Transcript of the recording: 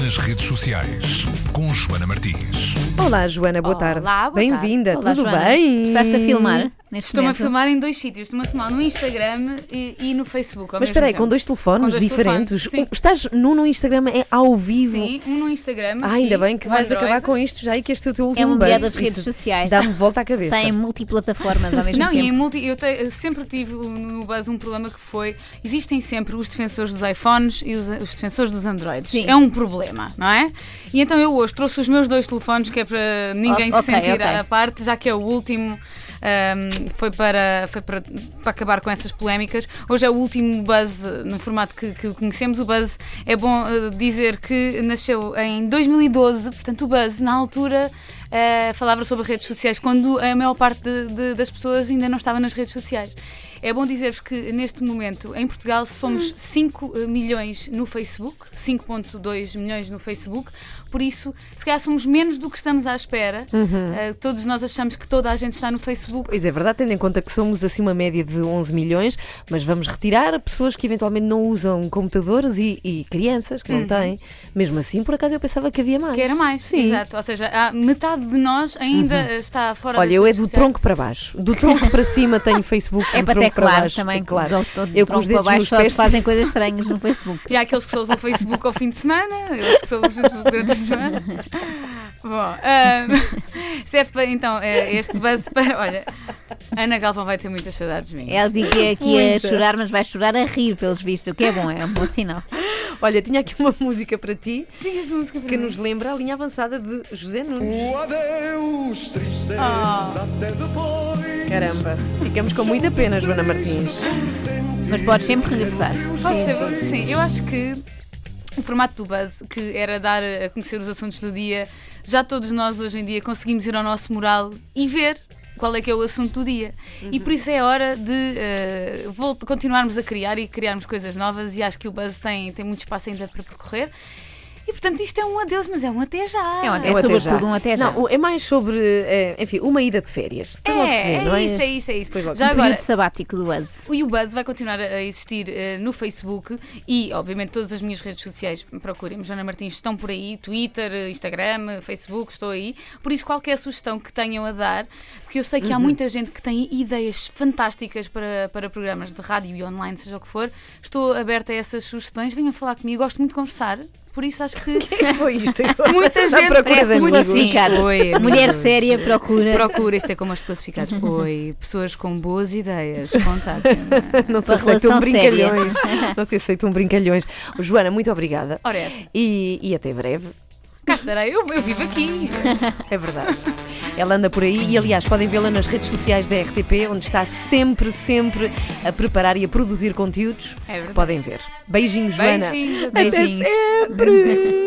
nas redes sociais com Joana Martins. Olá, Joana, boa tarde. Olá, boa Bem-vinda, tarde. Olá, tudo Joana. bem? Precisaste a filmar neste Estou-me a momento? filmar em dois sítios. Estou-me a filmar no Instagram e, e no Facebook. ao Mas mesmo espera aí, tempo. com dois telefones Com dois diferentes. telefones, sim. Um- Estás num no Instagram é ao vivo. Sim, um no Instagram. Ah, ainda aqui, bem que o vais Android. acabar com isto já e que este é o teu É último uma buzz. mulher das redes Isso sociais. Dá-me volta à cabeça. Tem multiplataformas ao mesmo Não, e em tempo. multi, eu, te- eu sempre tive o- no Buzz um problema que foi: existem sempre os defensores dos iPhones e os, os defensores dos Androids. Sim. É um problema, não é? E então eu hoje trouxe os meus dois telefones, que é para ninguém Oh, se ok, sentir ok. à parte, já que é o último. ahm, foi para, foi para, para acabar com essas polémicas. Hoje é o último Buzz eh, no formato que, que conhecemos. O Buzz é bom eh, dizer que nasceu em 2012, portanto, o Buzz, na altura, eh, falava sobre redes sociais, quando a maior parte de- de- das pessoas ainda não estava nas redes sociais. É bom dizer-vos que neste momento em Portugal Hum. somos 5 eh, milhões no Facebook, 5,2 milhões no Facebook, por isso, se calhar somos menos do que estamos à espera. Eh, todos nós achamos que toda a gente está no Facebook. Uhum. Pois é verdade, tendo em conta que somos assim uma média de 11 milhões, mas vamos retirar pessoas que eventualmente não usam computadores e, e crianças que Uhum. não têm. Mesmo assim, por acaso eu pensava que havia mais. Que era mais, Sim. Uhum. exato. Ou seja, há metade de nós ainda eh, está fora Olha, das eu é redes do sociais. tronco para baixo. Do tronco para cima tenho Facebook. É do para tronco para teclar baixo, também, é claro. do- do- do eu com os tronco dedos abaixo nos só se pés fazem coisas estranhas no Facebook. E há aqueles que só usam o Facebook ao fim de semana, eu que só uso o Facebook durante a semana. Bom, ahm, serve para então eh, este buzz para. Olha, Ana Galvão vai ter muitas saudades minhas. Ela diz que é aqui a chorar, mas vai chorar a rir, pelos vistos, o que é bom, é um bom sinal. Olha, tinha aqui uma música para ti Diz a música para que mim. nos lembra a linha avançada de José Nunes. O adeus, tristeza, até depois. Caramba, ficamos com muita pena, Joana Martins. Mas podes sempre regressar. Posso saber? Sim, assim, eu acho que o formato do Buzz, que era dar a conhecer os assuntos do dia, já todos nós hoje em dia conseguimos ir ao nosso mural e ver qual é que é o assunto do dia. E por isso é hora de eh, volt- continuarmos a criar e criarmos coisas novas e acho que o Buzz tem, tem muito espaço ainda para percorrer. E portanto isto é um adeus, mas é um até já. É um adeus. Eu até sobretudo já. um até já. Não, o- é mais sobre, eh, enfim, uma ida de férias. Depois logo se vê, É, não é? é isso, é isso, é isso. Depois logo Já se vê. agora, Período sabático do Buzz. E o Buzz vai continuar a existir eh, no Facebook e, obviamente, todas as minhas redes sociais, procurem-me, Joana Martins, estão por aí, Twitter, eh, Instagram, eh, Facebook, estou aí. Por isso, qualquer sugestão que tenham a dar, porque eu sei que há muita gente que tem ideias fantásticas para, para programas de rádio e online, seja o que for, estou aberta a essas sugestões, venham falar comigo, gosto muito de conversar, por isso acho que Foi isto agora. muita Está à gente procura Parece de muito amigos. assim. classificados. Oi, Mulher amigos. séria procura procura, isto é como os classificados. Oi, pessoas com boas ideias, contatem-me. Não se Uma aceitam relação brincalhões. Não se aceitam brincalhões. Joana, muito obrigada. Ora, essa. E, e até breve. Cá estarei, eu, eu vivo aqui. É verdade. Ela anda por aí e, aliás, podem vê-la nas redes sociais da RTP, onde está sempre, sempre a preparar e a produzir conteúdos que É verdade. podem ver. Beijinhos, Joana. Beijinhos. Até Beijinhos. sempre!